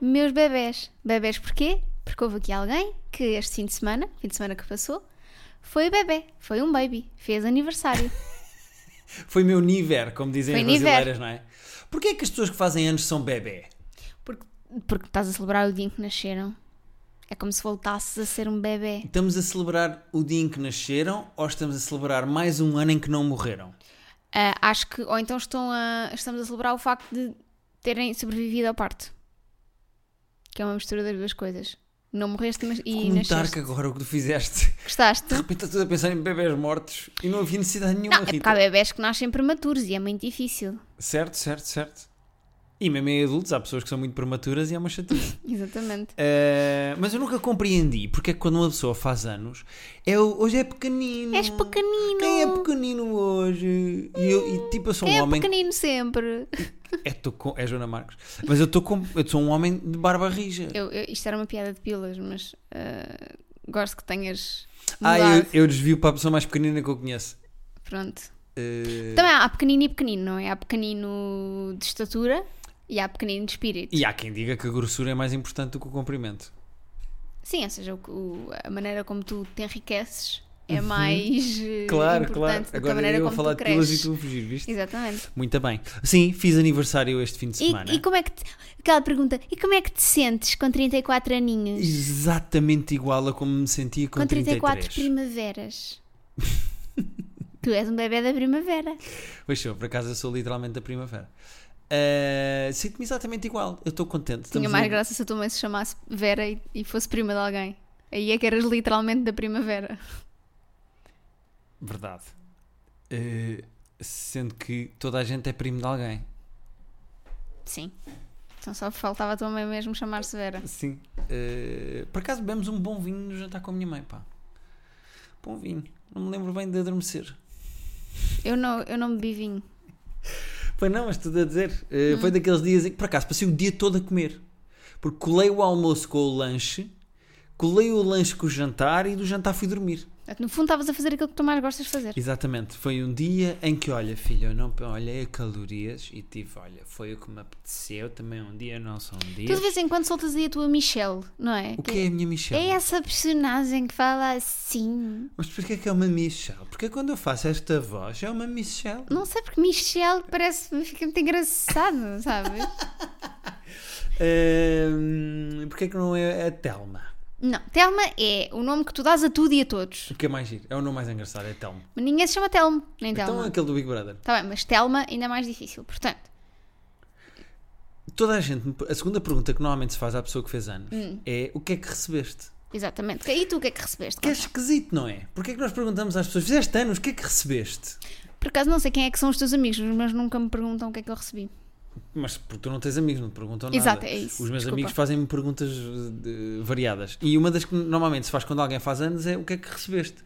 meus bebés. Bebés porquê? Porque houve aqui alguém que este fim de semana, fim de semana que passou, foi bebê, foi um baby, fez aniversário. Foi meu niver, como dizem Foi as niver. brasileiras, não é? Porquê é que as pessoas que fazem anos são bebê? Porque, porque estás a celebrar o dia em que nasceram. É como se voltasses a ser um bebê. Estamos a celebrar o dia em que nasceram ou estamos a celebrar mais um ano em que não morreram? Ah, acho que, ou então estão a- estamos a celebrar o facto de terem sobrevivido ao parto. Que é uma mistura das duas coisas. Não morreste mas, e Comentar nasceste. que agora o que tu fizeste, Gostaste? de repente estás a pensar em bebés mortos e não havia necessidade nenhuma, Não, é porque Rita. há bebés que nascem prematuros e é muito difícil. Certo, certo, certo. E mesmo em adultos há pessoas que são muito prematuras e é uma chatice. Exatamente. Eh, mas eu nunca compreendi porque é que quando uma pessoa faz anos, é o- hoje é pequenino. És pequenino. Quem é pequenino hoje? E, eu, e tipo, eu sou Quem um é homem. pequenino sempre. É, tô com- é Joana Marques. Mas eu, tô com, eu sou um homem de barba rija. Eu, eu- isto era uma piada de pilas, mas ah, gosto que tenhas. ah, mudado. eu, eu desvio para a pessoa mais pequenina que eu conheço. Pronto. Eh, Também há pequenino e pequenino, não é? Há pequenino de estatura e há pequenino de espírito. e há quem diga que a grossura é mais importante do que o comprimento. Sim, ou seja, o que- o- a maneira como tu te enriqueces é mais eh, Uhum. Claro, claro. importante do que a Agora maneira eu a como falar tu de pilas e cresces. tu a fugir, viste? Exatamente. Muito bem. Sim, fiz aniversário este fim de E, semana. e como é que te, aquela pergunta, e como é que te sentes com 34 aninhos? Exatamente igual a como me sentia com, com 34 33. primaveras. tu és um bebê da primavera. Pois sou, por acaso eu sou literalmente da primavera. Eh, Sinto-me exatamente igual. Eu estou contente. Tinha Estamos um mais no- graça se a tua mãe se chamasse Vera e, e fosse prima de alguém. Aí é que eras literalmente da primavera. Verdade. Eh, sendo que toda a gente é primo de alguém. Sim. Então só faltava a tua mãe mesmo chamar-se Vera. Sim. Eh, por acaso bebemos um bom vinho no jantar com a minha mãe, pá. Bom vinho. Não me lembro bem de adormecer. Eu não, eu não bebi vinho. Foi não, mas tudo a dizer. Eh, Foi daqueles dias em que, por acaso, passei o dia todo a comer. Porque colei o almoço com o lanche, colei o lanche com o jantar e do jantar fui dormir. Portanto, No fundo estavas a fazer aquilo que tu mais gostas de fazer. Exatamente, foi um dia em que, olha, filho, eu não olhei a calorias e tive, olha, foi o que me apeteceu, também um dia não são Tu dias. de vez em quando soltas aí a tua Michelle, não é? O que é a minha Michelle? É essa personagem que fala assim. Mas porquê que é uma Michelle? Porque quando eu faço esta voz é uma Michelle. Não sei porque Michelle parece fica muito engraçado, sabes? Hum, porquê que não é a Telma? não, Telma é o nome que tu dás a tudo e a todos. O que é mais giro? É o nome mais engraçado, é Telma. Mas ninguém se chama Telmo, nem Então Telma. aquele do Big Brother. Tá bem, mas Telma ainda é mais difícil. Portanto, Toda a gente, me per- a segunda pergunta que normalmente se faz à pessoa que fez anos Hum. é o que é que recebeste? exatamente. E tu o que é que recebeste? Que é Queres... esquisito, não é? Porquê que nós perguntamos às pessoas, fizeste anos, o que é que recebeste? Por acaso não sei quem é que são os teus amigos, mas nunca me perguntam o que é que eu recebi. Mas porque tu não tens amigos, não te perguntam Exato, nada. é isso, Os meus desculpa. amigos fazem-me perguntas eh, de- variadas. E uma das que normalmente se faz quando alguém faz anos é o que é que recebeste.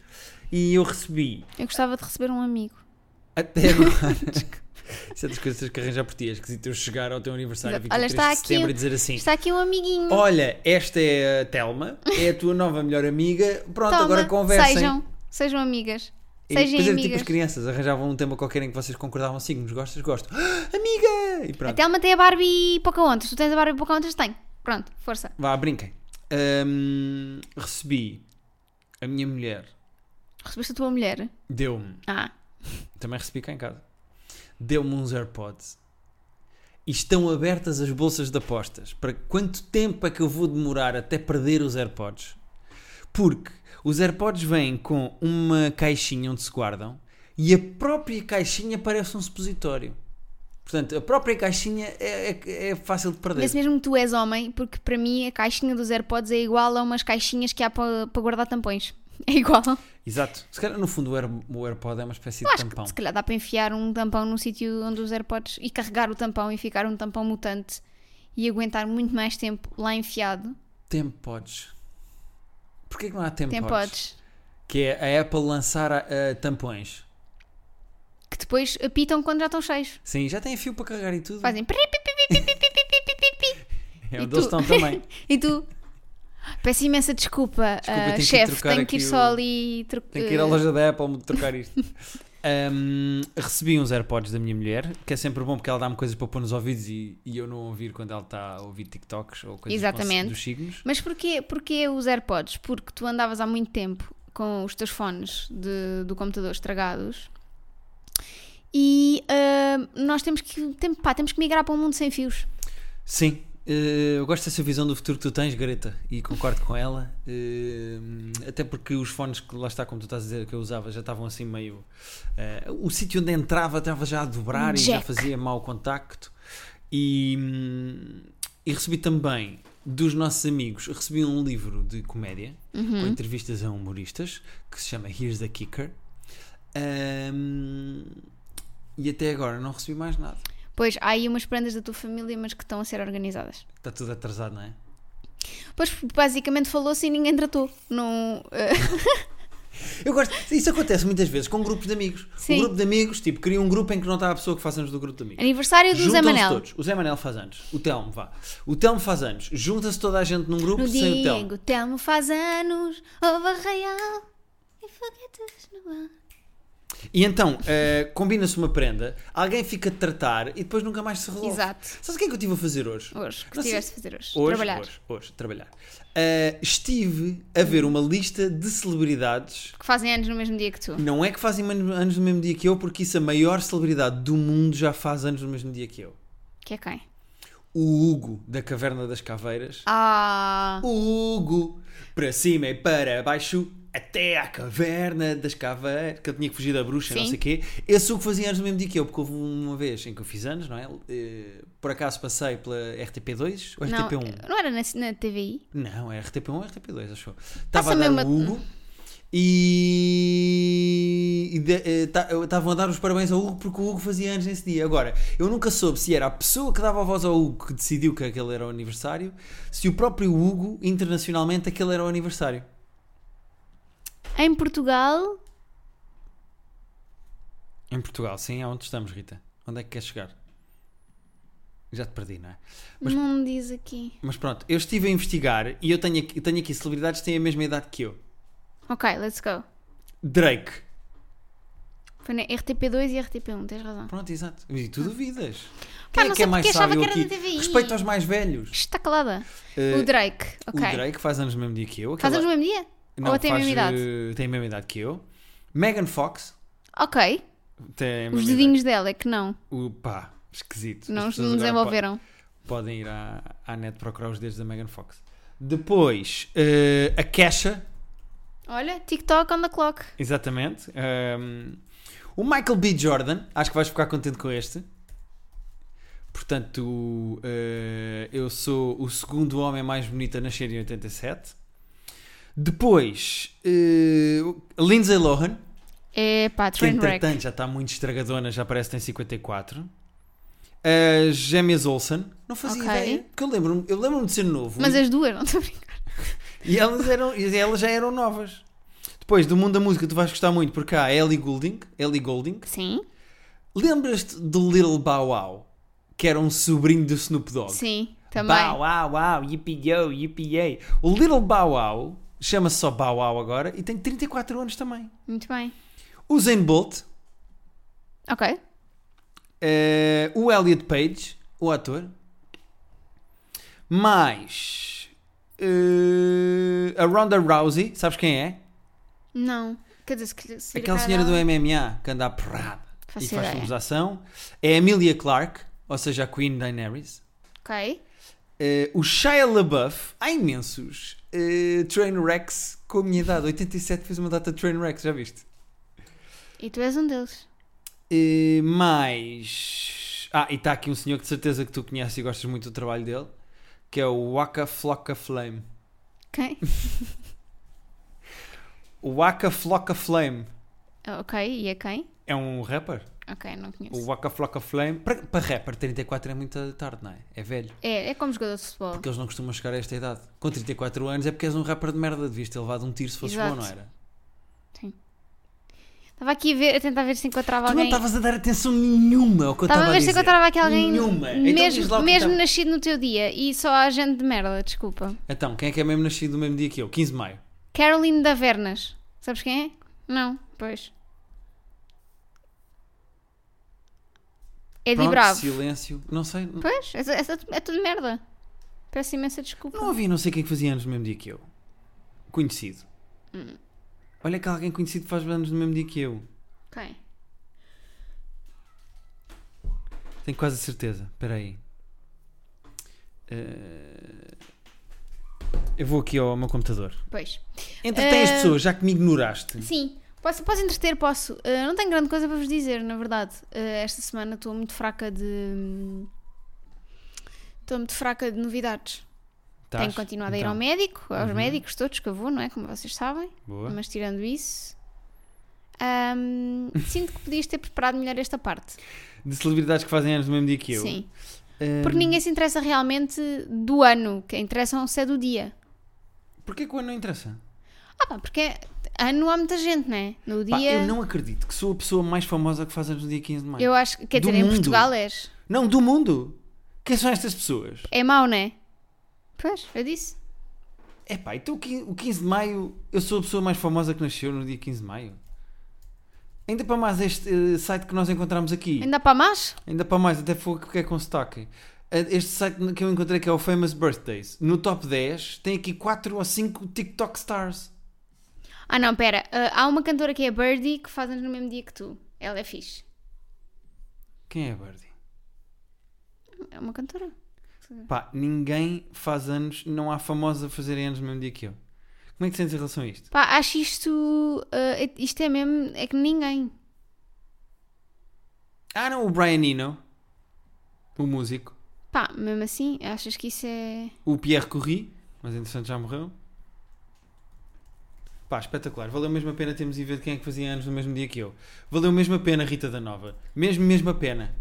E eu recebi Eu gostava de receber um amigo. até agora. Isso é das coisas que tens que arranjar por ti. É esquisito eu chegar ao teu aniversário Exato. 23 Olha, está de aqui- setembro e dizer assim: Está aqui um amiguinho. Olha, esta é a Telma, é a tua nova melhor amiga. Pronto, Toma, agora conversem. Sejam, sejam amigas. E Sejam depois era tipo amigas. as crianças, arranjavam um tema qualquer em que vocês concordavam assim: nos gostas, gosto. Ah, amiga! E pronto. A Telma tem a Barbie e Pocahontas. Tu tens a Barbie e Pocahontas? Tenho. Pronto, força. Vá, brinquem. Ahm, recebi a minha mulher, Recebeste a tua mulher? deu-me, Ah, também recebi cá em casa, deu-me uns AirPods. E estão abertas as bolsas de apostas. Para quanto tempo é que eu vou demorar até perder os AirPods? Porque os AirPods vêm com uma caixinha onde se guardam e a própria caixinha parece um supositório. Portanto, a própria caixinha é, é- é fácil de perder. vê-se mesmo que tu és homem, porque para mim a caixinha dos AirPods é igual a umas caixinhas que há para, para guardar tampões. É igual. Exato. Se calhar, no fundo, o, Air, o AirPod é uma espécie de Acho tampão. que se calhar dá para enfiar um tampão num sítio onde os AirPods e carregar o tampão e ficar um tampão mutante e aguentar muito mais tempo lá enfiado. Tempods. Porquê que não há tempods? Tempods. Que é a Apple lançar ah, tampões. Que depois apitam quando já estão cheios. Sim, já tem fio para carregar e tudo. Fazem. pri, pi, pi, pi, pi, pi, pi, pi, pi, pi, pi. é e onde tu? eles estão também. E tu? Peço imensa desculpa, Desculpa, ah, tenho que ir chefe. trocar Tenho que ir aqui só o- ali. tro- Tenho que ir à eh, loja da Apple me trocar isto. Ahm, recebi uns AirPods da minha mulher, que é sempre bom porque ela dá-me coisas para pôr nos ouvidos e, e eu não ouvir quando ela está a ouvir TikToks ou coisas com- Exatamente. dos signos. Mas porquê, porquê os AirPods? Porque tu andavas há muito tempo com os teus fones de- do computador estragados e ah, nós temos que, tem- pá, temos que migrar para um mundo sem fios. Sim, eh, eu gosto dessa visão do futuro que tu tens, Gareta, e concordo com ela. Eh, até porque os fones que lá está, como tu estás a dizer, que eu usava já estavam assim meio. eh, o sítio onde entrava estava já a dobrar e já Jack. fazia mau contacto. E, hum, e recebi também dos nossos amigos, recebi um livro de comédia com entrevistas a humoristas que se chama Here's the Kicker. Ahm, e até agora não recebi mais nada. Pois, há aí umas prendas da tua família, mas que estão a ser organizadas. Está tudo atrasado, não é? Pois, basicamente falou-se e ninguém tratou. Não, ah, Eu gosto. Isso acontece muitas vezes com grupos de amigos. Sim. Um grupo de amigos, tipo, cria um grupo em que não está a pessoa que faz anos do grupo de amigos. aniversário do Zé Juntam-se Manel. todos. O Zé Manel faz anos. O Telmo, vá. O Telmo faz anos. Junta-se toda a gente num grupo No sem o dia em Telmo. que o Telmo faz anos, houve arraial e foguetes no ar. E então, eh, combina-se uma prenda, alguém fica de tratar e depois nunca mais se resolve. Exato. Sabes o que é que eu estive a fazer hoje? Hoje, que Não sei- tiveste a fazer hoje? Hoje, Trabalhar. hoje, hoje, trabalhar. Eh, estive a ver uma lista de celebridades. Que fazem anos no mesmo dia que tu. Não é que fazem man- anos no mesmo dia que eu, porque isso a maior celebridade do mundo já faz anos no mesmo dia que eu. Que é quem? O Hugo da Caverna das Caveiras. Ah, O Hugo, para cima e para baixo, até à Caverna das Caveiras, que eu tinha que fugir da bruxa, não Sim. sei o quê. Esse Hugo fazia anos no mesmo dia que eu, porque houve uma vez em que eu fiz anos, não é? Eh, Por acaso passei pela RTP2 ou não, RTP1? não era na, na TVI? Não, é RTP1 ou RTP2, achou? Estava Passa a dar mesmo o a- Hugo e e de- eh, ta- eh, estavam a dar os parabéns ao Hugo porque o Hugo fazia anos nesse dia. Agora, eu nunca soube se era a pessoa que dava a voz ao Hugo que decidiu que aquele era o aniversário, se o próprio Hugo, internacionalmente, aquele era o aniversário. Em Portugal, Em Portugal, sim, é onde estamos, Rita. Onde é que queres chegar? Já te perdi, não é? Mas- não me diz aqui. Mas pronto, eu estive a investigar e eu tenho aqui, tenho aqui celebridades que têm a mesma idade que eu. Ok, let's go. Drake. Foi na RTP2 e RTP1, tens razão. Pronto, exato. E tu duvidas. Ah. é não sei porque achava que era da TVI. Respeito aos mais velhos. Está calada. Eh, o Drake, ok. O Drake faz anos no mesmo dia que eu. Faz anos Aquela- no mesmo dia? Não, Ou tem a faz, mesma idade? eh, Tem a mesma idade que eu. Megan Fox. É Ok. Tem a Os mesma dedinhos dela é que não. idade. O, pá, esquisito. Não As os pessoas não agora desenvolveram. po- Podem ir à, à net procurar os dedos da Megan Fox. Depois, eh, a Kesha. Olha, TikTok on the clock. Exatamente. Ahm, o Michael B. Jordan, acho que vais ficar contente com este. Portanto, eh, eu sou o segundo homem mais bonito a nascer em 87. Depois, eh, Lindsay Lohan, É pá, que Trainwreck. entretanto já está muito estragadona, já parece que tem 54. As Gêmeas Olsen, não fazia Ok. ideia, porque eu lembro-me eu lembro de ser novo Mas e, as duas, não estou a brincar. e elas, eram, e elas já eram novas. Depois, do mundo da música, tu vais gostar muito, porque há a Ellie Goulding, Ellie Goulding, Sim, Lembras-te do Little Bow Wow? Que era um sobrinho do Snoop Dogg. sim, também. Bow Wow Wow, yippee-yo, yippee O Little Bow Wow, chama-se só Bow Wow agora, e tem 34 anos também. Muito bem. O Zayn Bolt, Ok. eh, o Elliot Page, o ator, mais eh, a Ronda Rousey, sabes quem é? Não. Quer um- dizer, se calhar- se Aquela calhar senhora do dá- MMA que anda a prrrab e Faço faz ideia. filmes de ação. É a Emilia Clarke, ou seja, a Queen Daenerys. Ok. Eh, o Shia LaBeouf, há imensos eh, Trainwrecks com a minha idade. 87 fez uma data de Trainwrecks, já viste? E tu és um deles. Eh, mais. Ah, e está aqui um senhor que de certeza que tu conheces e gostas muito do trabalho dele, que é o Waka Flocka Flame. Quem? O Waka Flocka Flame Ah, ok, e é quem? é um rapper? Ok, não conheço. O Waka Flocka Flame. Para, para rapper, 34 é muito tarde, não é? É velho. É, é como jogador de futebol. Porque eles não costumam chegar a esta idade. Com 34 anos é porque és um rapper de merda, devias ter levado um tiro se fosse bom, Exato. não era? Estava aqui a, ver, a tentar ver se encontrava Tu não alguém. estavas a dar atenção nenhuma ao que eu Estava estava a ver se dizer. encontrava aqui alguém. Nenhuma. Então Mesmo, diz lá o que mesmo tava- nascido no teu dia. E só há gente de merda, desculpa. Então, quem é que é mesmo nascido no mesmo dia que eu? 15 de maio. Caroline Davernas. Sabes quem é? Não, pois. É de Pronto, bravo. silêncio. Não sei. n- Pois, essa, essa é tudo merda. Peço imensa desculpa. Não havia não sei quem é que fazia anos no mesmo dia que eu. Conhecido. Hum. Olha que alguém conhecido faz anos no mesmo dia que eu. Quem? Tenho quase a certeza. Espera aí. Eh, Eu vou aqui ao meu computador. Pois. Entretém as Eh, pessoas, já que me ignoraste. Sim, posso, posso entreter, posso. Uh, não tenho grande coisa para vos dizer, na verdade. Uh, esta semana estou muito fraca de. Estou muito fraca de novidades. Tás? Tenho continuado a ir Então, ao médico, aos Uhum. médicos todos que eu vou, não é? Como vocês sabem. Boa. Mas tirando isso. ahm, sinto que podias ter preparado melhor esta parte. De celebridades que fazem anos no mesmo dia que eu. Sim. Eh, Porque ninguém se interessa realmente do ano, que interessam-se é do dia. Porquê que o ano não interessa? Ah, pá, porque ano há muita gente, não é? No dia. Pá, eu não acredito que sou a pessoa mais famosa que faz anos no dia 15 de maio. eu acho que, quer Do dizer, em mundo. Portugal és. Não, do mundo. Quem são estas pessoas? É mau, não é? Pois, eu disse. É pá, então o quin- o 15 de maio, eu sou a pessoa mais famosa que nasceu no dia 15 de maio. Ainda para mais este eh, site que nós encontramos aqui. Ainda, Ainda para mais? para mais, até foi o que é com sotaque. Eh, Este site que eu encontrei que é o Famous Birthdays. No top 10 tem aqui 4 ou 5 TikTok stars. Ah, não, pera. Ah, há uma cantora que é a Birdie que faz anos no mesmo dia que tu. Ela é fixe. Quem é a Birdie? É uma cantora. Pá, ninguém faz anos, não há famosa a fazer anos no mesmo dia que eu. Como é que te sentes em relação a isto? Pá, acho isto. ah, é- isto é mesmo. É que ninguém. Ah não, o Brian Eno, o músico. Pá, mesmo assim, achas que isso é. O Pierre Corri, mas entretanto já morreu. Pá, espetacular. Valeu mesmo a pena termos ido ver quem é que fazia anos no mesmo dia que eu. Valeu mesmo a pena, Rita da Nova. Mesmo, mesmo a pena.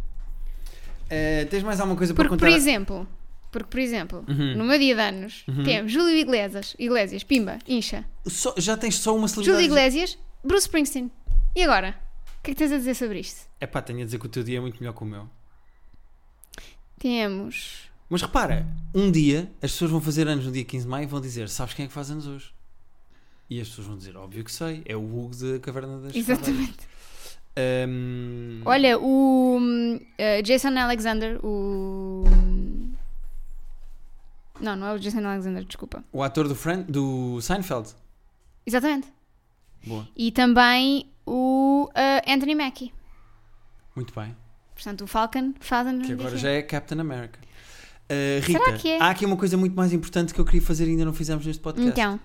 Eh, tens mais alguma coisa Porque, para por contar? exemplo. Porque, por exemplo, no meu dia de anos, temos Júlio Iglesias, Iglesias, Pimba, Incha. Só- já tens só uma Júlio celebridade. Iglesias, Bruce Springsteen. E agora? O que é que tens a dizer sobre isto? É pá, tenho a dizer que o teu dia é muito melhor que o meu. Temos. Mas repara, um dia as pessoas vão fazer anos no dia 15 de maio e vão dizer: Sabes quem é que faz anos hoje? E as pessoas vão dizer: Óbvio que sei, é o Hugo da Caverna das Fadas." Exatamente. Ahm, Olha, o hum, eh, Jason Alexander, o. hum, Não, não é o Jason Alexander, desculpa. O ator do, Fran- do Seinfeld. Exatamente. Boa, E também o eh, Anthony Mackie. muito bem. Portanto, o Falcon faz anos Que no agora dia já é Captain America. Uh, Rita, Será que é? há aqui uma coisa muito mais importante que eu queria fazer e ainda não fizemos neste podcast. Então,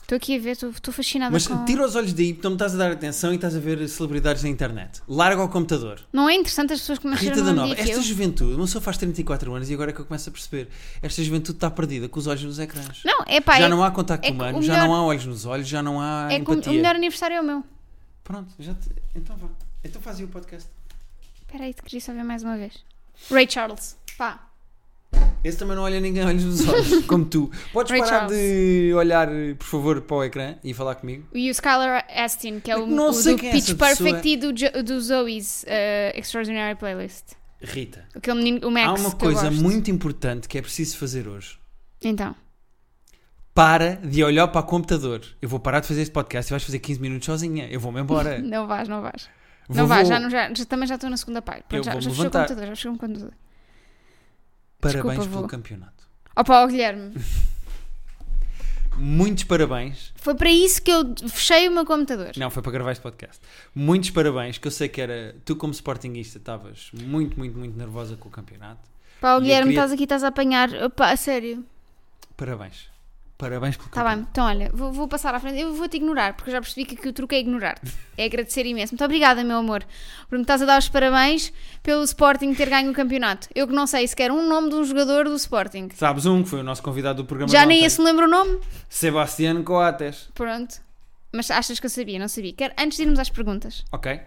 estou aqui a ver, estou- estou fascinada Mas com... tira os olhos daí, porque não me estás a dar atenção e estás a ver celebridades na internet. Larga ao computador. Não é interessante as pessoas que nasceram Rita da no Nova, mesmo dia que esta eu? juventude, uma pessoa faz 34 anos e agora é que eu começo a perceber. Esta juventude está perdida com os olhos nos ecrãs. Não, é pá, já é, não há contacto é que humano, o já melhor- não há olhos nos olhos, já não há é que o- empatia. o melhor aniversário é o meu. Pronto, já te... então vá. Então faz aí o podcast. Espera aí, te queria saber mais uma vez. Ray Charles, pá. Esse também não olha ninguém olhos nos olhos, como tu. Podes Ray parar Charles. de olhar, por favor, para o ecrã e falar comigo. E o Skylar Astin, que é o, Não o sei do quem é Pitch essa Perfect pessoa. e do, Jo- do Zoe's eh, Extraordinary Playlist. Rita, Aquele menino, o Max, há uma que eu coisa gosto. muito importante que é preciso fazer hoje. Então, Para de olhar para o computador. Eu vou parar de fazer este podcast e vais fazer 15 minutos sozinha. Eu vou-me embora. não vais, não vais. Vou- não vais, vou. já, não- já, já- também já estou na segunda parte. Pronto, Eu já, vou-me já fechou o levantar. computador, já fechou o computador. Parabéns Desculpa, pelo vou. campeonato. Opa, ó Oh, Guilherme, Muitos parabéns. foi para isso que eu fechei o meu computador. Não, foi para gravar este podcast. Muitos parabéns, que eu sei que era. Tu, como Sportingista, estavas muito, muito, muito nervosa com o campeonato. Pá, ó E eu Guilherme, queria- estás aqui, estás a apanhar. Opa, a sério. Parabéns. Parabéns pelo Tá bem, então olha, vou, vou passar à frente. Eu vou-te ignorar, porque eu já percebi que aqui o truque é ignorar-te. É agradecer imenso. Muito obrigada, meu amor, por me estás a dar os parabéns pelo Sporting ter ganho o campeonato. Eu que não sei sequer um nome de um jogador do Sporting. Sabes um que foi o nosso convidado do programa Já de nem ontem. esse me lembro o nome. Sebastiano Coates. Pronto. Mas achas que eu sabia? Não sabia. Quero, antes de irmos às perguntas, Ok?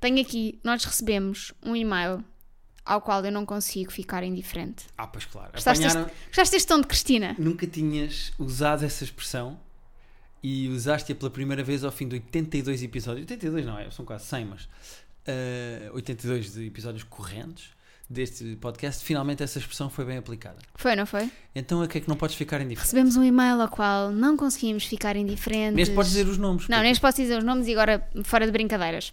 tenho aqui, nós recebemos um e-mail ao qual eu não consigo ficar indiferente. Ah, pois claro. Gostaste deste, Apanharam- gostaste deste tom de Cristina? Nunca tinhas usado essa expressão e usaste-a pela primeira vez ao fim de 82 episódios. 82 não, é, são quase 100, mas ah, 82 de episódios correntes deste podcast. Finalmente essa expressão foi bem aplicada. Foi, não foi? Então a que é que não podes ficar indiferente? Recebemos um e-mail ao qual não conseguimos ficar indiferentes. Neste podes dizer os nomes. Não, porque neste posso dizer os nomes e agora fora de brincadeiras.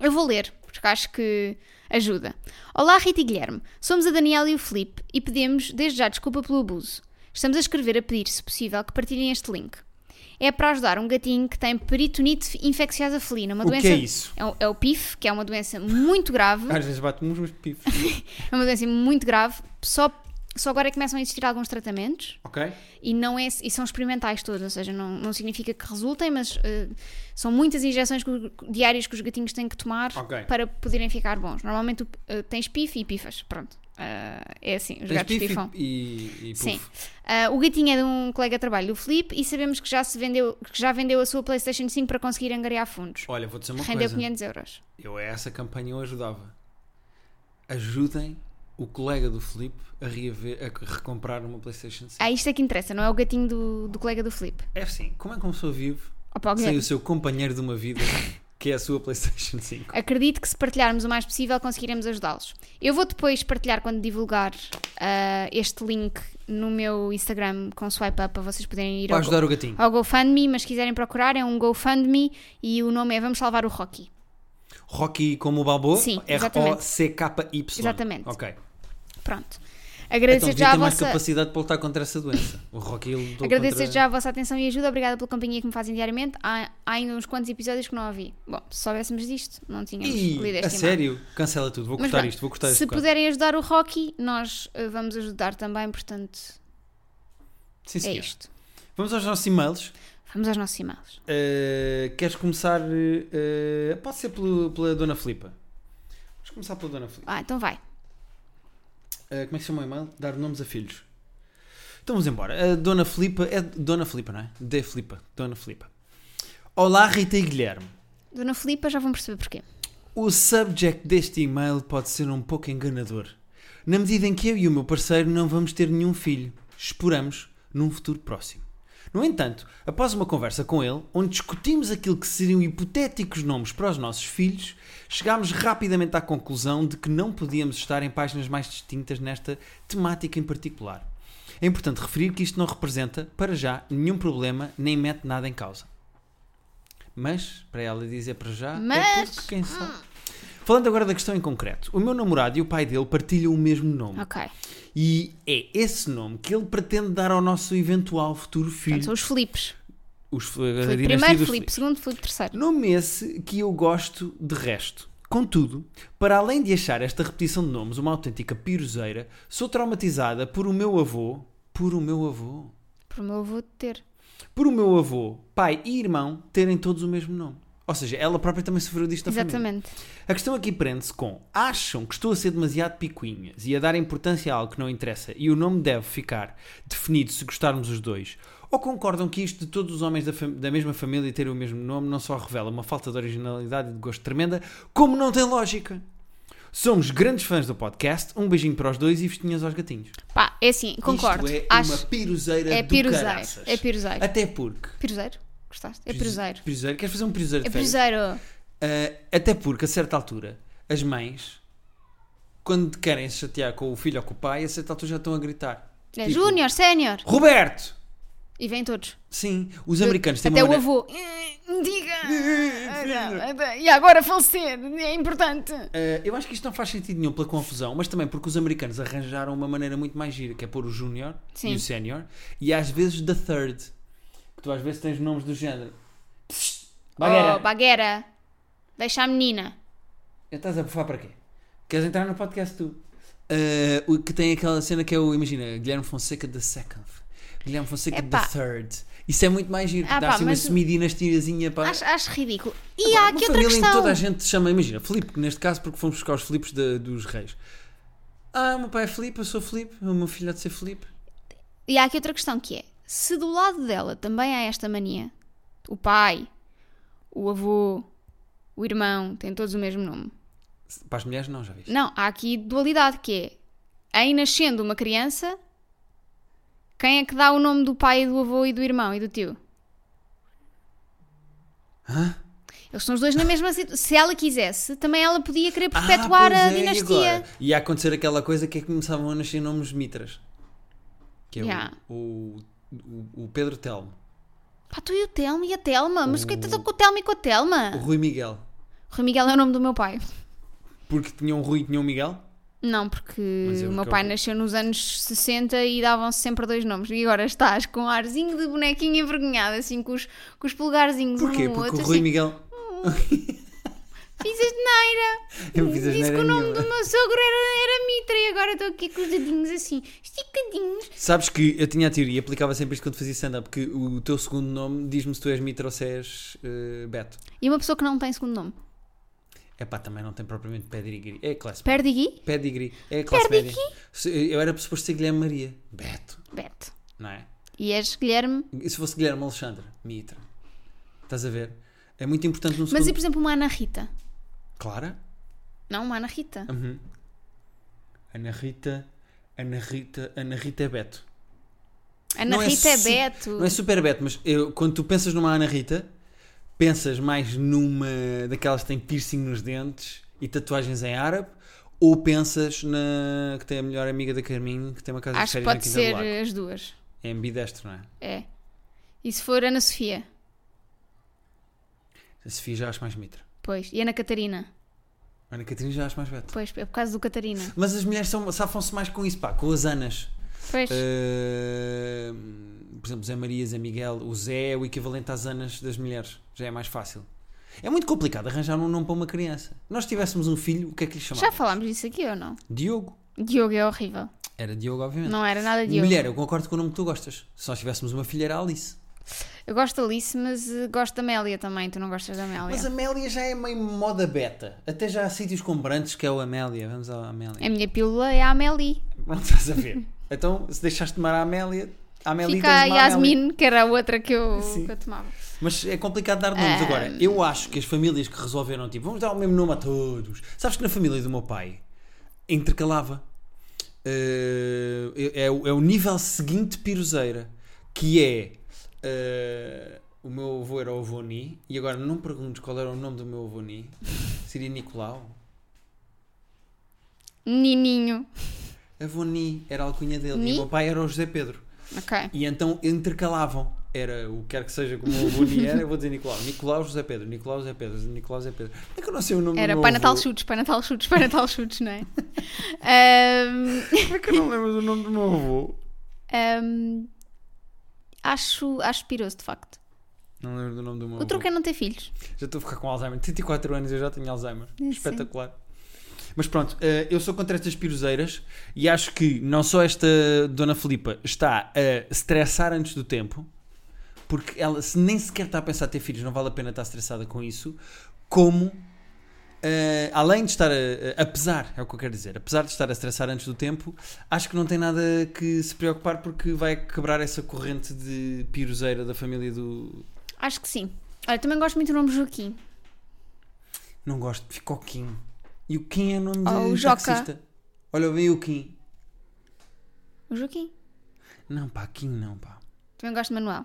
Eu vou ler, porque acho que ajuda. Olá, Rita e Guilherme. Somos a Daniela e o Felipe e pedimos, desde já, desculpa pelo abuso. Estamos a escrever a pedir, se possível, que partilhem este link. É para ajudar um gatinho que tem peritonite infecciosa felina, uma O doença. que é isso? Ah. É o, é o PIF, que é uma doença muito grave. Às vezes bate-me uns pifes. É uma doença muito grave. Só, só agora é que começam a existir alguns tratamentos. ok? e não é e são experimentais todos, ou seja, não, não significa que resultem, mas eh, são muitas injeções que o- diárias que os gatinhos têm que tomar Ok. para poderem ficar bons. Normalmente tu, eh, tens pife e pifas, pronto. Ah, é assim, os Tens gatos pife pifam. e, e puff. Sim. Ah, o gatinho é de um colega de trabalho, o Felipe, e sabemos que já se vendeu, que já vendeu a sua PlayStation 5 para conseguir angariar fundos. Olha, vou dizer uma Rendeu coisa. 500 euros. Eu a essa campanha eu ajudava. Ajudem o colega do Filipe a, reaver- a recomprar uma PlayStation 5. Ah, isto é que interessa, não é o gatinho do, do colega do Felipe. É assim, como é que uma pessoa vive Opa, o sem Guilherme, o seu companheiro de uma vida, que é a sua PlayStation 5? Acredito que se partilharmos o mais possível conseguiremos ajudá-los. Eu vou depois partilhar quando divulgar ah, este link no meu Instagram com swipe up para vocês poderem ir Para ao, ajudar o gatinho. Go- ao GoFundMe, mas se quiserem procurar é um GoFundMe e o nome é Vamos Salvar o Rocky. Rocky como o Balboa? Sim, exatamente. R-O-C-K-Y. Exatamente. Ok. Pronto. Então Agradecer devia já a ter mais vossa... capacidade para lutar contra essa doença. O Rocky lutou Agradecer contra... já a vossa atenção e ajuda. Obrigada pela companhia que me fazem diariamente. Há, há ainda uns quantos episódios que não ouvi. Bom, se soubéssemos disto, não tínhamos Ih, lido este a sério? Cancela tudo. Vou Mas cortar pronto, isto. Vou cortar Se isto. puderem ajudar o Rocky, nós eh, vamos ajudar também, portanto, Sim, é senhor. isto. Vamos aos nossos e-mails. Vamos aos nossos e-mails. Uh, queres começar? uh, pode ser pelo- pela Dona Filipa. Vamos começar pela Dona Filipa. Ah, então vai. Uh, como é que se chama o e-mail? Dar nomes a filhos. Então vamos embora. A Dona Filipa é Dona Filipa, não é? De Filipa. Dona Filipa. Olá, Rita e Guilherme. Dona Filipa, já vão perceber porquê. O subject deste e-mail pode ser um pouco enganador, na medida em que eu e o meu parceiro não vamos ter nenhum filho, esperamos, num futuro próximo. No entanto, após uma conversa com ele, onde discutimos aquilo que seriam hipotéticos nomes para os nossos filhos, chegámos rapidamente à conclusão de que não podíamos estar em páginas mais distintas nesta temática em particular. É importante referir que isto não representa, para já, nenhum problema nem mete nada em causa. Mas, para ela dizer para já, é Mas- porque quem sabe. Falando agora da questão em concreto, o meu namorado e o pai dele partilham o mesmo nome. Ok. E é esse nome que ele pretende dar ao nosso eventual futuro Portanto, são filho. os Filipes. Os, a Filipe dinastia primeiro, dos Filipe segundo, Filipe terceiro. Nome esse que eu gosto de resto. Contudo, para além de achar esta repetição de nomes uma autêntica piroseira, sou traumatizada por o meu avô, por o meu avô, Por meu avô ter. por o meu avô, pai e irmão terem todos o mesmo nome. Ou seja, ela própria também sofreu disto na família. Exatamente. A questão aqui prende-se com: acham que estou a ser demasiado picuinhas e a dar importância a algo que não interessa e o nome deve ficar definido se gostarmos os dois? Ou concordam que isto de todos os homens da, fam- da mesma família terem o mesmo nome não só revela uma falta de originalidade e de gosto tremenda, como não tem lógica? Somos grandes fãs do podcast, um beijinho para os dois e festinhas aos gatinhos. Pá, é assim, concordo. Isto é uma Acho. piruseira É do piruseiro. caraças. É piruseiro. Até porque... Piruseiro? Gostaste? É piruseiro. Piruseiro? Queres fazer um piruseiro de É férias? piruseiro. Uh, até porque, a certa altura, as mães, quando querem se chatear com o filho ou com o pai, a certa altura já estão a gritar. É Tipo, Júnior, sénior. Roberto! E vêm todos. Sim, os americanos têm Até uma o maneira... avô. Eh, Diga! Ah, não, ah, E agora falecer, é importante. Uh, eu acho que isto não faz sentido nenhum pela confusão, mas também porque os americanos arranjaram uma maneira muito mais gira, que é pôr o júnior Sim. e o sénior, e às vezes the third, que tu às vezes tens nomes do género. Psst, Bagueira, Oh, bagueira. Deixa a menina. estás a bufar para quê? Queres entrar no podcast tu? Uh, o que tem aquela cena que é o, imagina, Guilherme Fonseca the second, Guilherme Fonseca Epá. the third. Isso é muito mais giro, Ah, pá, dá-se uma mas- semidiнаstiazinha para... Acho, acho ridículo. E Agora, há uma aqui outra família em que questão. toda a gente se chama, imagina, Filipe, neste caso porque fomos buscar os Filipes de- dos reis. Ah, o meu pai é Filipe, eu sou Filipe, o meu filho há de ser Filipe. E há aqui outra questão que é: se do lado dela também há esta mania, o pai, o avô, o irmão, têm todos o mesmo nome. Para as mulheres não, já viste. Não, há aqui dualidade que é: em nascendo uma criança, quem é que dá o nome do pai, do avô e do irmão e do tio? Hã? Eles são os dois na mesma situação. Se ela quisesse, também ela podia querer perpetuar pois a é, e dinastia. agora? Ia acontecer aquela coisa que é que começavam a nascer nomes mitras. Que é o- Yeah. o, o, o Pedro Telmo, Oh. Pá, tu e o Telmo e a Telma? Mas o que é que tu com o Telmo e com a Telma? o Rui Miguel. Rui Miguel é o nome do meu pai. Porque tinha um Rui e tinha um Miguel? Não, porque Mas é eu o meu nunca pai ouvi. nasceu nos anos 60 e davam-se sempre dois nomes. E agora estás com um arzinho de bonequinha envergonhada, assim, com os, com os polegarzinhos um Porquê? no Porque outro. o Rui assim, Miguel. Fiz asneira! Eu não fiz Disse que asneira o nome nenhuma. do meu sogro era, era Mitra e agora estou aqui com os dedinhos assim, esticadinhos. Sabes que eu tinha a teoria e aplicava sempre isto quando fazia stand-up, que o teu segundo nome diz-me se tu és Mitra ou se és eh, Beto. E uma pessoa que não tem segundo nome. É pá, também não tem propriamente pedigree. É classe. Perdigui? Pedigree. É classe Pedigree? média. Se- Eu era suposto ser Guilherme Maria. Beto. Beto. Não é? E és Guilherme. E se fosse Guilherme Alexandre? Mitra. Estás a ver? É muito importante no segundo... Mas e, por exemplo, uma Ana Rita? Clara? Não, uma Ana Rita. Uhum. Ana Rita... Ana Rita... Ana Rita é Beto. Ana Não é Rita é, su- Beto. Não é super Beto, mas eu- quando tu pensas numa Ana Rita, pensas mais numa daquelas que tem piercing nos dentes e tatuagens em árabe, ou pensas na que tem a melhor amiga da Carminho, que tem uma casa de Acho que férias na pode Quinta do ser eh, Lago. as duas. É ambidestro, não é? É. E se for Ana Sofia? A Sofia já acho mais mitra. Pois. E Ana Catarina? A Ana Catarina já acho mais Beto. Pois, é por causa do Catarina. Mas as mulheres são- safam-se mais com isso, pá, com as Anas. Pois. Eh, por exemplo, Zé Maria, Zé Miguel, o Zé é o equivalente às anas das mulheres. Já é mais fácil. É muito complicado arranjar um nome para uma criança. Nós tivéssemos um filho, o que é que lhe chamava? Já falámos disso aqui ou não? Diogo. Diogo é horrível. Era Diogo, obviamente. Não era nada Diogo. Hum. Mulher, eu concordo com o nome que tu gostas. Se nós tivéssemos uma filha, era Alice. Eu gosto da Alice, mas eh, gosto da Amélia também. Tu não gostas da Amélia? Mas Amélia já é meio moda beta. Até já há sítios com brantes que é o Amélia. Vamos à Amélia. A minha pílula é a Amélie. Não estás a ver. então, se deixaste de tomar a Amélia, a Amélia Fica tens a uma Amélia. Yasmin, que era a outra que eu, Sim. que eu tomava. Mas é complicado dar nomes. Ah. Agora, eu acho que as famílias que resolveram, tipo, vamos dar o mesmo nome a todos. Sabes que na família do meu pai intercalava. Eh, é, é o- é o nível seguinte de piroseira, que é. eh, o meu avô era o avô Ni, e agora não me perguntes qual era o nome do meu avô Ni. Seria Nicolau? Nininho. Avô Ni era a alcunha dele. Ni? E o meu pai era o José Pedro. Ok. E então intercalavam. Era o que quer que seja como o Boni era, eu vou dizer Nicolau. Nicolau José Pedro, Nicolau José Pedro, Nicolau José Pedro. É que eu não sei o nome Era do meu Pai Natal avô. Chutes, Pai Natal Chutes, Pai Natal Chutes, não é? Ahm, É que eu não lembro do nome do meu avô. ahm, acho, acho piroso, de facto. Não lembro do nome do meu O avô. truque é não ter filhos. Já estou a ficar com Alzheimer. 34 anos eu já tenho Alzheimer. Eu Espetacular. Mas pronto, eh, eu sou contra estas piroseiras e acho que não só esta Dona Filipa está a stressar antes do tempo, porque ela se nem sequer está a pensar em ter filhos, não vale a pena estar estressada com isso, como eh, além de estar a, a- apesar, é o que eu quero dizer, apesar de estar a estressar antes do tempo, acho que não tem nada que se preocupar porque vai quebrar essa corrente de piroseira da família do. Acho que sim. Olha, também gosto muito do nome Joaquim. Não gosto, ficou Kim. E o Kim é nome Oh, o de Joca. taxista. Olha, veio o Kim. O Joaquim. Não, pá, Kim não, pá. Também gosto de Manuel.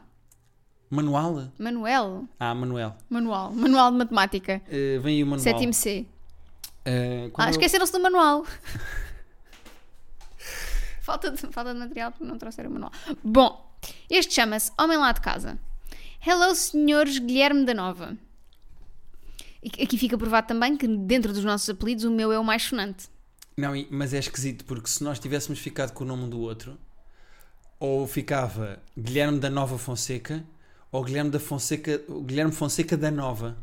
Manual? Manuel. Ah, Manuel. Manual. Manual de Matemática. Eh, vem aí o Manuel. Sétimo C. Eh, Ah, quando eu- esqueceram-se do manual. falta, de, falta de material porque não trouxeram o manual. Bom, este chama-se Homem Lá de Casa. Hello, senhores Guilherme da Nova. E- Aqui fica provado também que dentro dos nossos apelidos o meu é o mais sonante. Não, e- mas é esquisito, porque se nós tivéssemos ficado com o nome do outro, ou ficava Guilherme da Nova Fonseca, ou Guilherme da Fonseca, Guilherme Fonseca da Nova.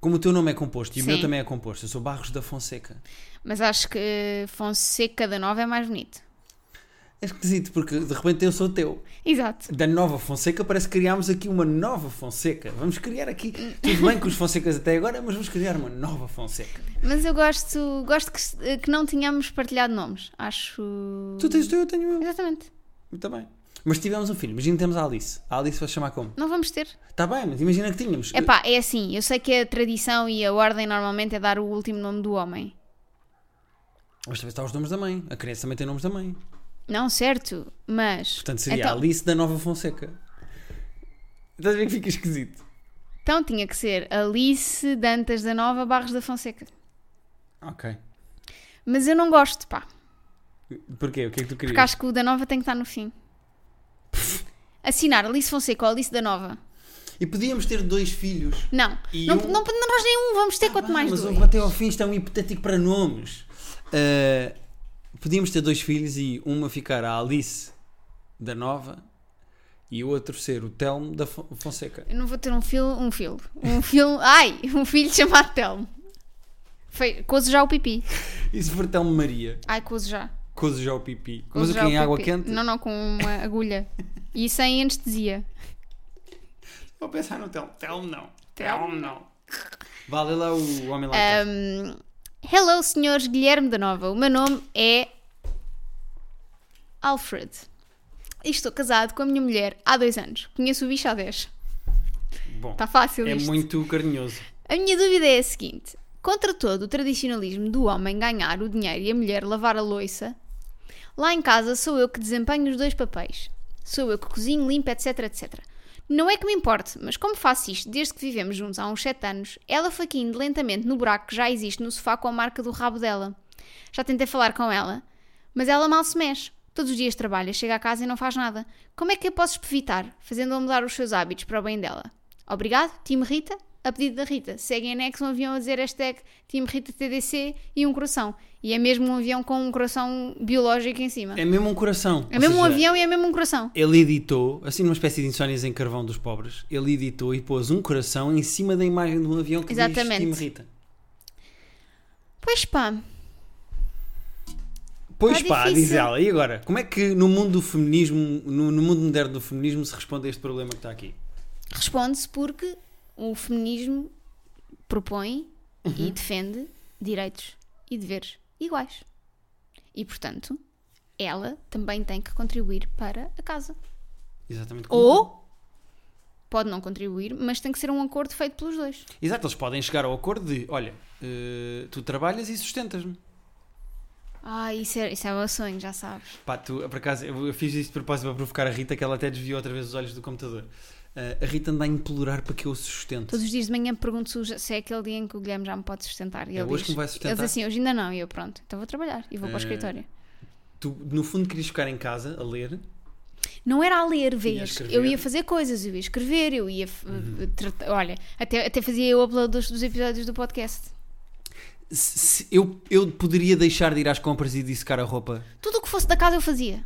Como o teu nome é composto, e o Sim. meu também é composto, eu sou Barros da Fonseca. Mas acho que eh, Fonseca da Nova é mais bonito. É esquisito, porque de repente eu sou teu. Exato. da nova Fonseca, parece que criámos aqui uma nova Fonseca. Vamos criar aqui, tudo bem com os Fonsecas até agora, mas vamos criar uma nova Fonseca. Mas eu gosto, gosto que, se- que não tenhamos partilhado nomes. Acho. Tu tens o teu, eu tenho o meu. Exatamente. Eu também. Mas tivemos um filho, imagina temos a Alice. A Alice vai chamar como? Não vamos ter. Está bem, mas imagina que tínhamos. É pá, é assim, eu sei que a tradição e a ordem normalmente é dar o último nome do homem. Mas talvez está os nomes da mãe. A criança também tem nomes da mãe. Não, certo, mas. Portanto, seria então, Alice da nova Fonseca. Estás a ver que fica esquisito? então tinha que ser Alice Dantas da Nova Barros da Fonseca. Ok. Mas eu não gosto, pá, Porquê? O que é que tu querias? porque acho que o da Nova tem que estar no fim. Assinar Alice Fonseca ou Alice da Nova. E podíamos ter dois filhos. Não, E não, um- não, não- nós nem um vamos ter, quanto Ah, mais mas dois. o até ao fim está um hipotético para nomes. Ah, podíamos ter dois filhos e uma ficar a Alice da Nova e o outro ser o Telmo da Fon- Fonseca. Eu não vou ter um filho, um filho, um filho, ai, um filho chamado Telmo. Foi, cozo já o pipi. E se for Telmo Maria, Ai, cozo já. cozo já o pipi. Cozo Mas o que já o em água pipi. quente? Não, não, com uma agulha. E sem anestesia. Vou pensar no Telmo. Telmo não. Telmo não. Vale lá o homem lá. atrás. Um, hello, senhores Guilherme da Nova. O meu nome é Alfred. E estou casado com a minha mulher há dois anos. Conheço o bicho há 10. Bom, Está fácil é Ah, tá isto. muito carinhoso. A minha dúvida é a seguinte: contra todo o tradicionalismo do homem ganhar o dinheiro e a mulher lavar a louça, lá em casa sou eu que desempenho os dois papéis. Sou eu que cozinho, limpo, etc, etc. Não é que me importe, mas como faço isto desde que vivemos juntos há uns 7 anos, ela foi caindo lentamente no buraco que já existe no sofá com a marca do rabo dela. Já tentei falar com ela, mas ela mal se mexe. Todos os dias trabalha, chega a casa e não faz nada. Como é que eu posso evitar, fazendo-a mudar os seus hábitos para o bem dela? Obrigado, Time Rita. A pedido da Rita, segue em anexo um avião a dizer hashtag Time Rita TDC e um coração. E é mesmo um avião com um coração biológico em cima. É mesmo um coração. É Ou mesmo um seja, avião e é mesmo um coração. Ele editou, assim numa espécie de insónias em carvão dos pobres, ele editou e pôs um coração em cima da imagem de um avião que Exatamente. Tá diz Tim Rita. Pois pá, Pois Tá pá, difícil. diz ela. E agora? Como é que no mundo do feminismo, no, no mundo moderno do feminismo, se responde a este problema que está aqui? responde-se porque o feminismo propõe Uhum. e defende direitos e deveres iguais. E portanto, ela também tem que contribuir para a casa. Exatamente. como- Ou pode não contribuir, mas tem que ser um acordo feito pelos dois. Exato, eles podem chegar ao acordo de: olha, eh, tu trabalhas e sustentas-me. Ah, isso é, isso é o meu sonho, já sabes. Pá, tu, por acaso, eu eu fiz isto de propósito para provocar a Rita, que ela até desviou outra vez os olhos do computador. Eh, a Rita anda a implorar para que eu sustente. Todos os dias de manhã me pergunto se o- se é aquele dia em que o Guilherme já me pode sustentar. E É ele hoje diz, que me vai sustentar? Ele diz assim, hoje ainda não. E eu, pronto, então vou trabalhar e vou para o Eh, escritório. Tu, no fundo, querias ficar em casa a ler, Não era a ler, vês. escrever. Uhum. Eu ia fazer coisas, eu ia escrever, eu ia. f- tratar- Olha, até, até fazia eu upload dos, dos episódios do podcast. se- se- eu, eu poderia deixar de ir às compras e dissecar a roupa. Tudo o que fosse da casa eu fazia.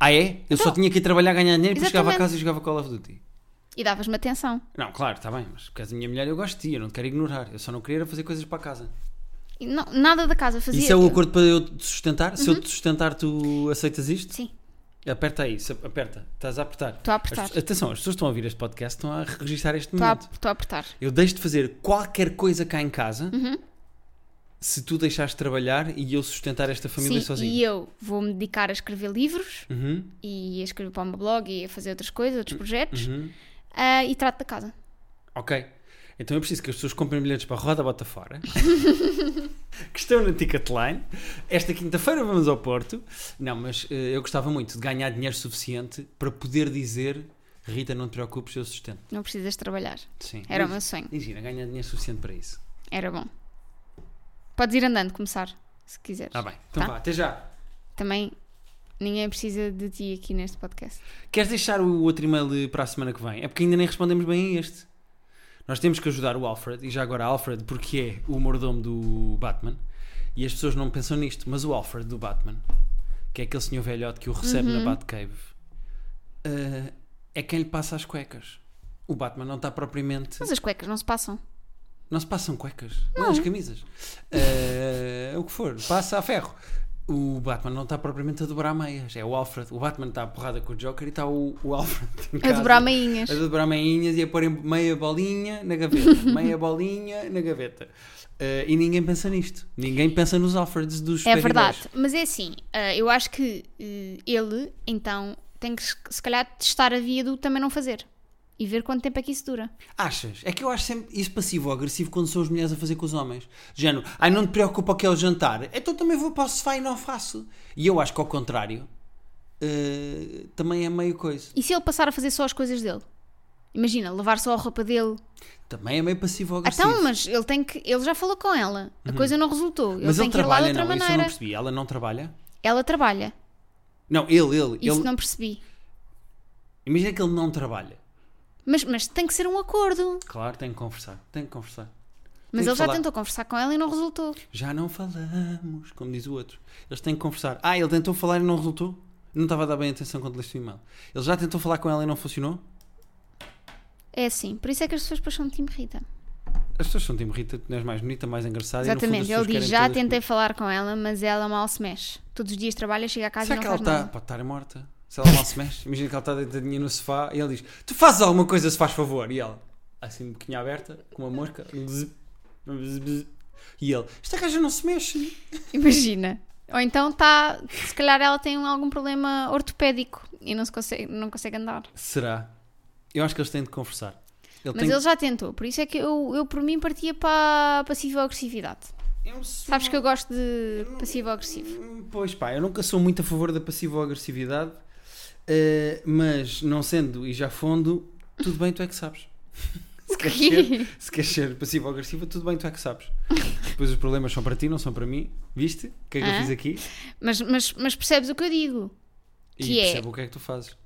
Ah, é? Eu só Então- tinha que ir trabalhar, ganhar dinheiro e depois chegava a Exatamente. casa e jogava Call of Duty. E davas-me atenção. Não, claro, está bem, mas por causa da minha mulher eu gosto de ti, eu não te quero ignorar. Eu só não queria era fazer coisas para a casa. E não- nada da casa fazia. Uhum. Isso é o aquilo. acordo para eu te sustentar? Se eu te sustentar, tu aceitas isto? Sim, Aperta aí, se- aperta. Estás a apertar. estou a apertar. As pe- atenção, as pessoas estão a ouvir este podcast, estão a registrar este Estou a, momento. estou a apertar. Eu deixo de fazer qualquer coisa cá em casa Uhum. se tu deixares de trabalhar e eu sustentar esta família Sim, sozinho. e eu vou-me dedicar a escrever livros Uhum, e a escrever para o meu blog e a fazer outras coisas, outros projetos. uhum. Ah, e trato da casa. Ok. Então eu preciso que as pessoas comprem bilhetes para a Roda Bota Fora, que estão na Ticketline. Esta quinta-feira vamos ao Porto. Não, mas eh, eu gostava muito de ganhar dinheiro suficiente para poder dizer: Rita, não te preocupes, eu sustento. Não precisas trabalhar. Sim. Era o Mas- meu sonho. Imagina, ganhar dinheiro suficiente para isso. Era bom. Podes ir andando, começar, se quiseres. Está bem. Então Tá. vá, até já. Também ninguém precisa de ti aqui neste podcast. Queres deixar o outro e-mail para a semana que vem? É porque ainda nem respondemos bem a este. Nós temos que ajudar o Alfred, e já agora Alfred, porque é o mordomo do Batman, e as pessoas não pensam nisto, mas o Alfred do Batman, que é aquele senhor velhote que o recebe na Batcave, eh, é quem lhe passa as cuecas. O Batman não está propriamente. Mas as cuecas não se passam. Não se passam cuecas, não. as camisas. Eh, o que for, passa a ferro. O Batman não está propriamente a dobrar meias, é o Alfred. O Batman está a porrada com o Joker e está o, o Alfred em A casa dobrar meinhas. a dobrar meinhas e a pôr em meia bolinha na gaveta, meia bolinha na gaveta. Eh, e ninguém pensa nisto. Ninguém pensa nos Alfreds dos É super-heróis. verdade. Mas é assim, ah, eu acho que eh, ele, então, tem que se se calhar testar a via do também não fazer. E ver quanto tempo é que isso dura. Achas? É que eu acho sempre isso passivo ou agressivo quando são as mulheres a fazer com os homens. Género, ai não te preocupa que é o jantar, então também vou para o sofá e não faço. E eu acho que ao contrário, eh, também é meio coisa. E se ele passar a fazer só as coisas dele? Imagina, levar só a roupa dele. Também é meio passivo ou Ah, agressivo. Então, mas ele tem que. Ele já falou com ela. A coisa não resultou. Ele Uhum. Mas tem ele que ir lá de trabalha, outra não, isso eu maneira. não percebi. Ela não trabalha? Ela trabalha. Não, ele, ele. Isso ele- não percebi. Imagina que ele não trabalha. Mas, mas tem que ser um acordo. Claro, tenho que conversar. Tenho que conversar. Mas que ele já falar. tentou conversar com ela e não resultou. Já não falamos, como diz o outro. Eles têm que conversar. Ah, ele tentou falar e não resultou? Não estava a dar bem atenção quando leste o e-mail. Ele já tentou falar com ela e não funcionou? É assim. Por isso é que as pessoas depois são de Tim Rita. As pessoas são Tim Rita, tu és mais bonita, mais engraçada. Exatamente. E, no fundo, as Ele pessoas diz: querem Já todas tentei falar com ela, mas ela mal se mexe. Todos os dias trabalha, chega a casa Será e que não ela tá- faz está. nada. Pode estar morta. Se ela mal se mexe. Imagina que ela está deitadinha no sofá e ele diz: Tu fazes alguma coisa se faz favor. E ela, assim, de boquinha aberta, com uma mosca. um bzz, bzz, bzz. E ele: Esta gaja não se mexe. Imagina. Ou então está. Se calhar ela tem um, algum problema ortopédico e não, se consegue, não consegue andar. Será? Eu acho que eles têm de conversar. Ele Mas tem... ele já tentou. Por isso é que eu, eu por mim, partia para a passivo-agressividade. Eu sou- Sabes que eu gosto de passivo-agressivo. Hum, Pois pá, eu nunca sou muito a favor da passivo-agressividade, eh, mas não sendo e já fundo, tudo bem, tu é que sabes. se queres ser, se queres ser passivo-agressiva, tudo bem, tu é que sabes. Depois os problemas são para ti, não são para mim. Viste? O que é que eu Ah. fiz aqui? Mas, mas, mas percebes o que eu digo? E Que é? percebo o que é que tu fazes.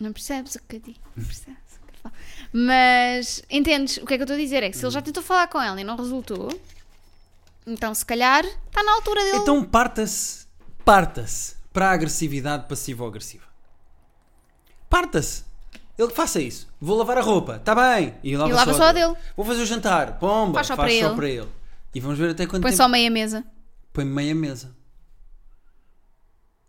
Não percebes o que eu digo? Não percebes o que eu falo. Mas entendes o que é que eu estou a dizer? É que se ele Uhum. já tentou falar com ela e não resultou, então se calhar está na altura dele. Então parta-se, parta-se para a agressividade passivo-agressiva. Parta-se. Ele que faça isso. Vou lavar a roupa, está bem. E lava, lava só a dele. Vou fazer o jantar, pomba, Faz faz só só, para ele. para ele. E vamos ver até quanto Põe tempo. só meia mesa Põe meia mesa.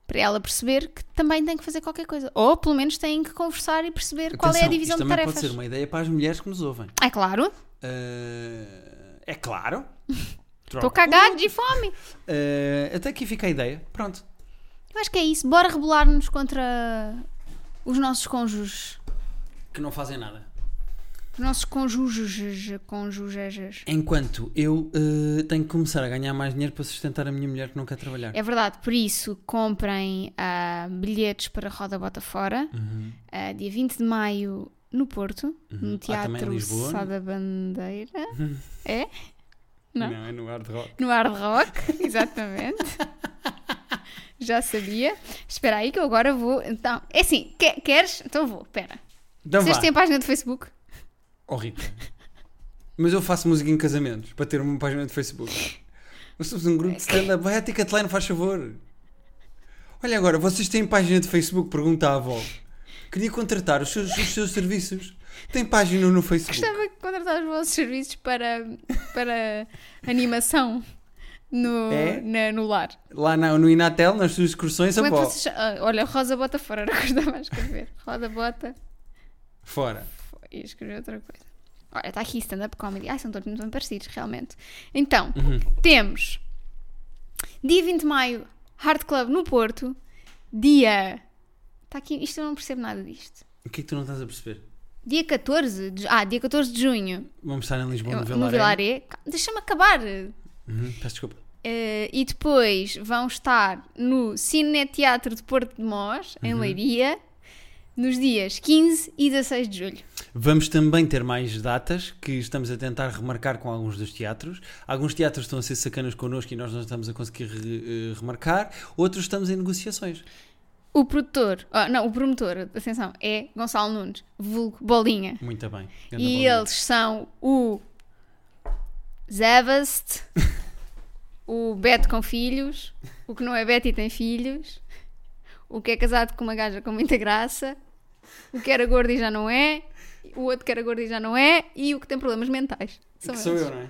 para ela perceber que também tem que fazer qualquer coisa. Ou pelo menos têm que conversar e perceber qual é a Atenção, divisão de isto também tarefas. pode ser uma ideia para as mulheres que nos ouvem. É claro, Ah, é claro. estou Troca. cagado de fome. Ah, até aqui fica a ideia. Pronto. Eu acho que é isso. Bora rebolar-nos contra os nossos cônjuges. Que não fazem nada. Os nossos cônjuges. Cônjuges. Enquanto eu ah, tenho que começar a ganhar mais dinheiro para sustentar a minha mulher que não quer trabalhar. É verdade, por isso comprem ah, bilhetes para Roda Bota Fora, Uhum. ah, dia 20 de maio no Porto, no Ah, também em Teatro Lisboa. Sá da Bandeira. É? Não? é no hard rock. No Hard Rock, exatamente. Já sabia. Espera aí que eu agora vou. Então, é assim, que- queres? Então vou, espera. Então Vocês vá. têm página de Facebook? Horrível. Mas eu faço música em casamentos para ter uma página de Facebook. Nós somos um grupo de stand-up. Vai à Ticketline, faz favor. Olha agora, vocês têm página de Facebook? Pergunta à avó. Queria contratar os seus, os seus serviços. Tem página no Facebook. Gostava de contratar os vossos serviços para, para animação no, É? na- no lar. Lá na- no Inatel, nas suas excursões, Como é que avó. vocês- ah, olha, Rosa Bota fora, não gostava mais de escrever. Roda Bota Fora. fo- e escrever outra coisa. Olha, está aqui stand-up comedy. Ai, são todos muito bem parecidos, realmente. Então, temos dia 20 de maio, Hard Club no Porto. Dia. Está aqui, isto eu não percebo nada disto. O que é que tu não estás a perceber? Dia 14, de, ah, dia 14 de junho, Vamos estar em Lisboa, no no Vilaré. Vilaré. Deixa-me acabar. Uhum, Peço desculpa. Eh, e depois vão estar no Cine Teatro de Porto de Mós, em Leiria, nos dias 15 e 16 de julho. Vamos também ter mais datas que estamos a tentar remarcar com alguns dos teatros. Alguns teatros estão a ser sacanas connosco e nós não estamos a conseguir re- eh, remarcar. Outros estamos em negociações. O produtor, oh, não, o promotor, atenção, é Gonçalo Nunes, vulgo Bolinha. Muito bem. Ganda e bolinha. eles são o Zavast, o Beto com filhos, o que não é Beto e tem filhos, o que é casado com uma gaja com muita graça, o que era gordo e já não é, o outro que era gordo e já não é, e o que tem problemas mentais. São Que sou eles. eu, não é?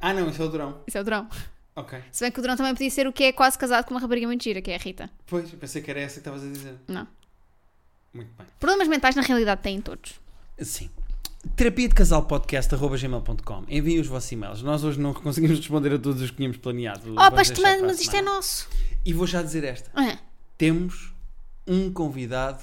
Ah, não, isso é o Durão. Isso é o Durão. Ok. Se bem que o Durão também podia ser o que é quase casado com uma rapariga muito gira, que é a Rita. Pois, eu pensei que era essa que estavas a dizer. Não. Muito bem. Problemas mentais na realidade têm todos. Sim. Terapia de casal podcast gmail.com. Enviem os vossos e-mails. Nós hoje não conseguimos responder a todos os que tínhamos planeado. Oh, Vamos deixar Pastemano, para a mas isto é semana. nosso. E vou já dizer esta. Ah. Temos um convidado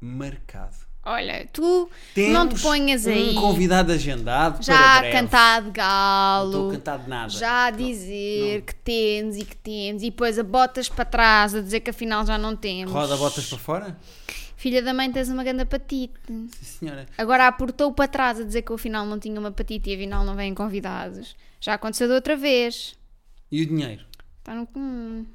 marcado. Olha, tu Temos não te ponhas um aí convidado agendado para já a breve. cantar de Não estou a galo, cantar de nada. já a dizer que temos e que temos, e depois a botas para trás a dizer que afinal já não temos. Roda botas para fora? Filha da mãe, tens uma grande patite. Sim, senhora. Agora aportou para trás a dizer que eu afinal não tinha uma patite e afinal não vêm convidados. Já aconteceu da outra vez. E o dinheiro? Está no comum.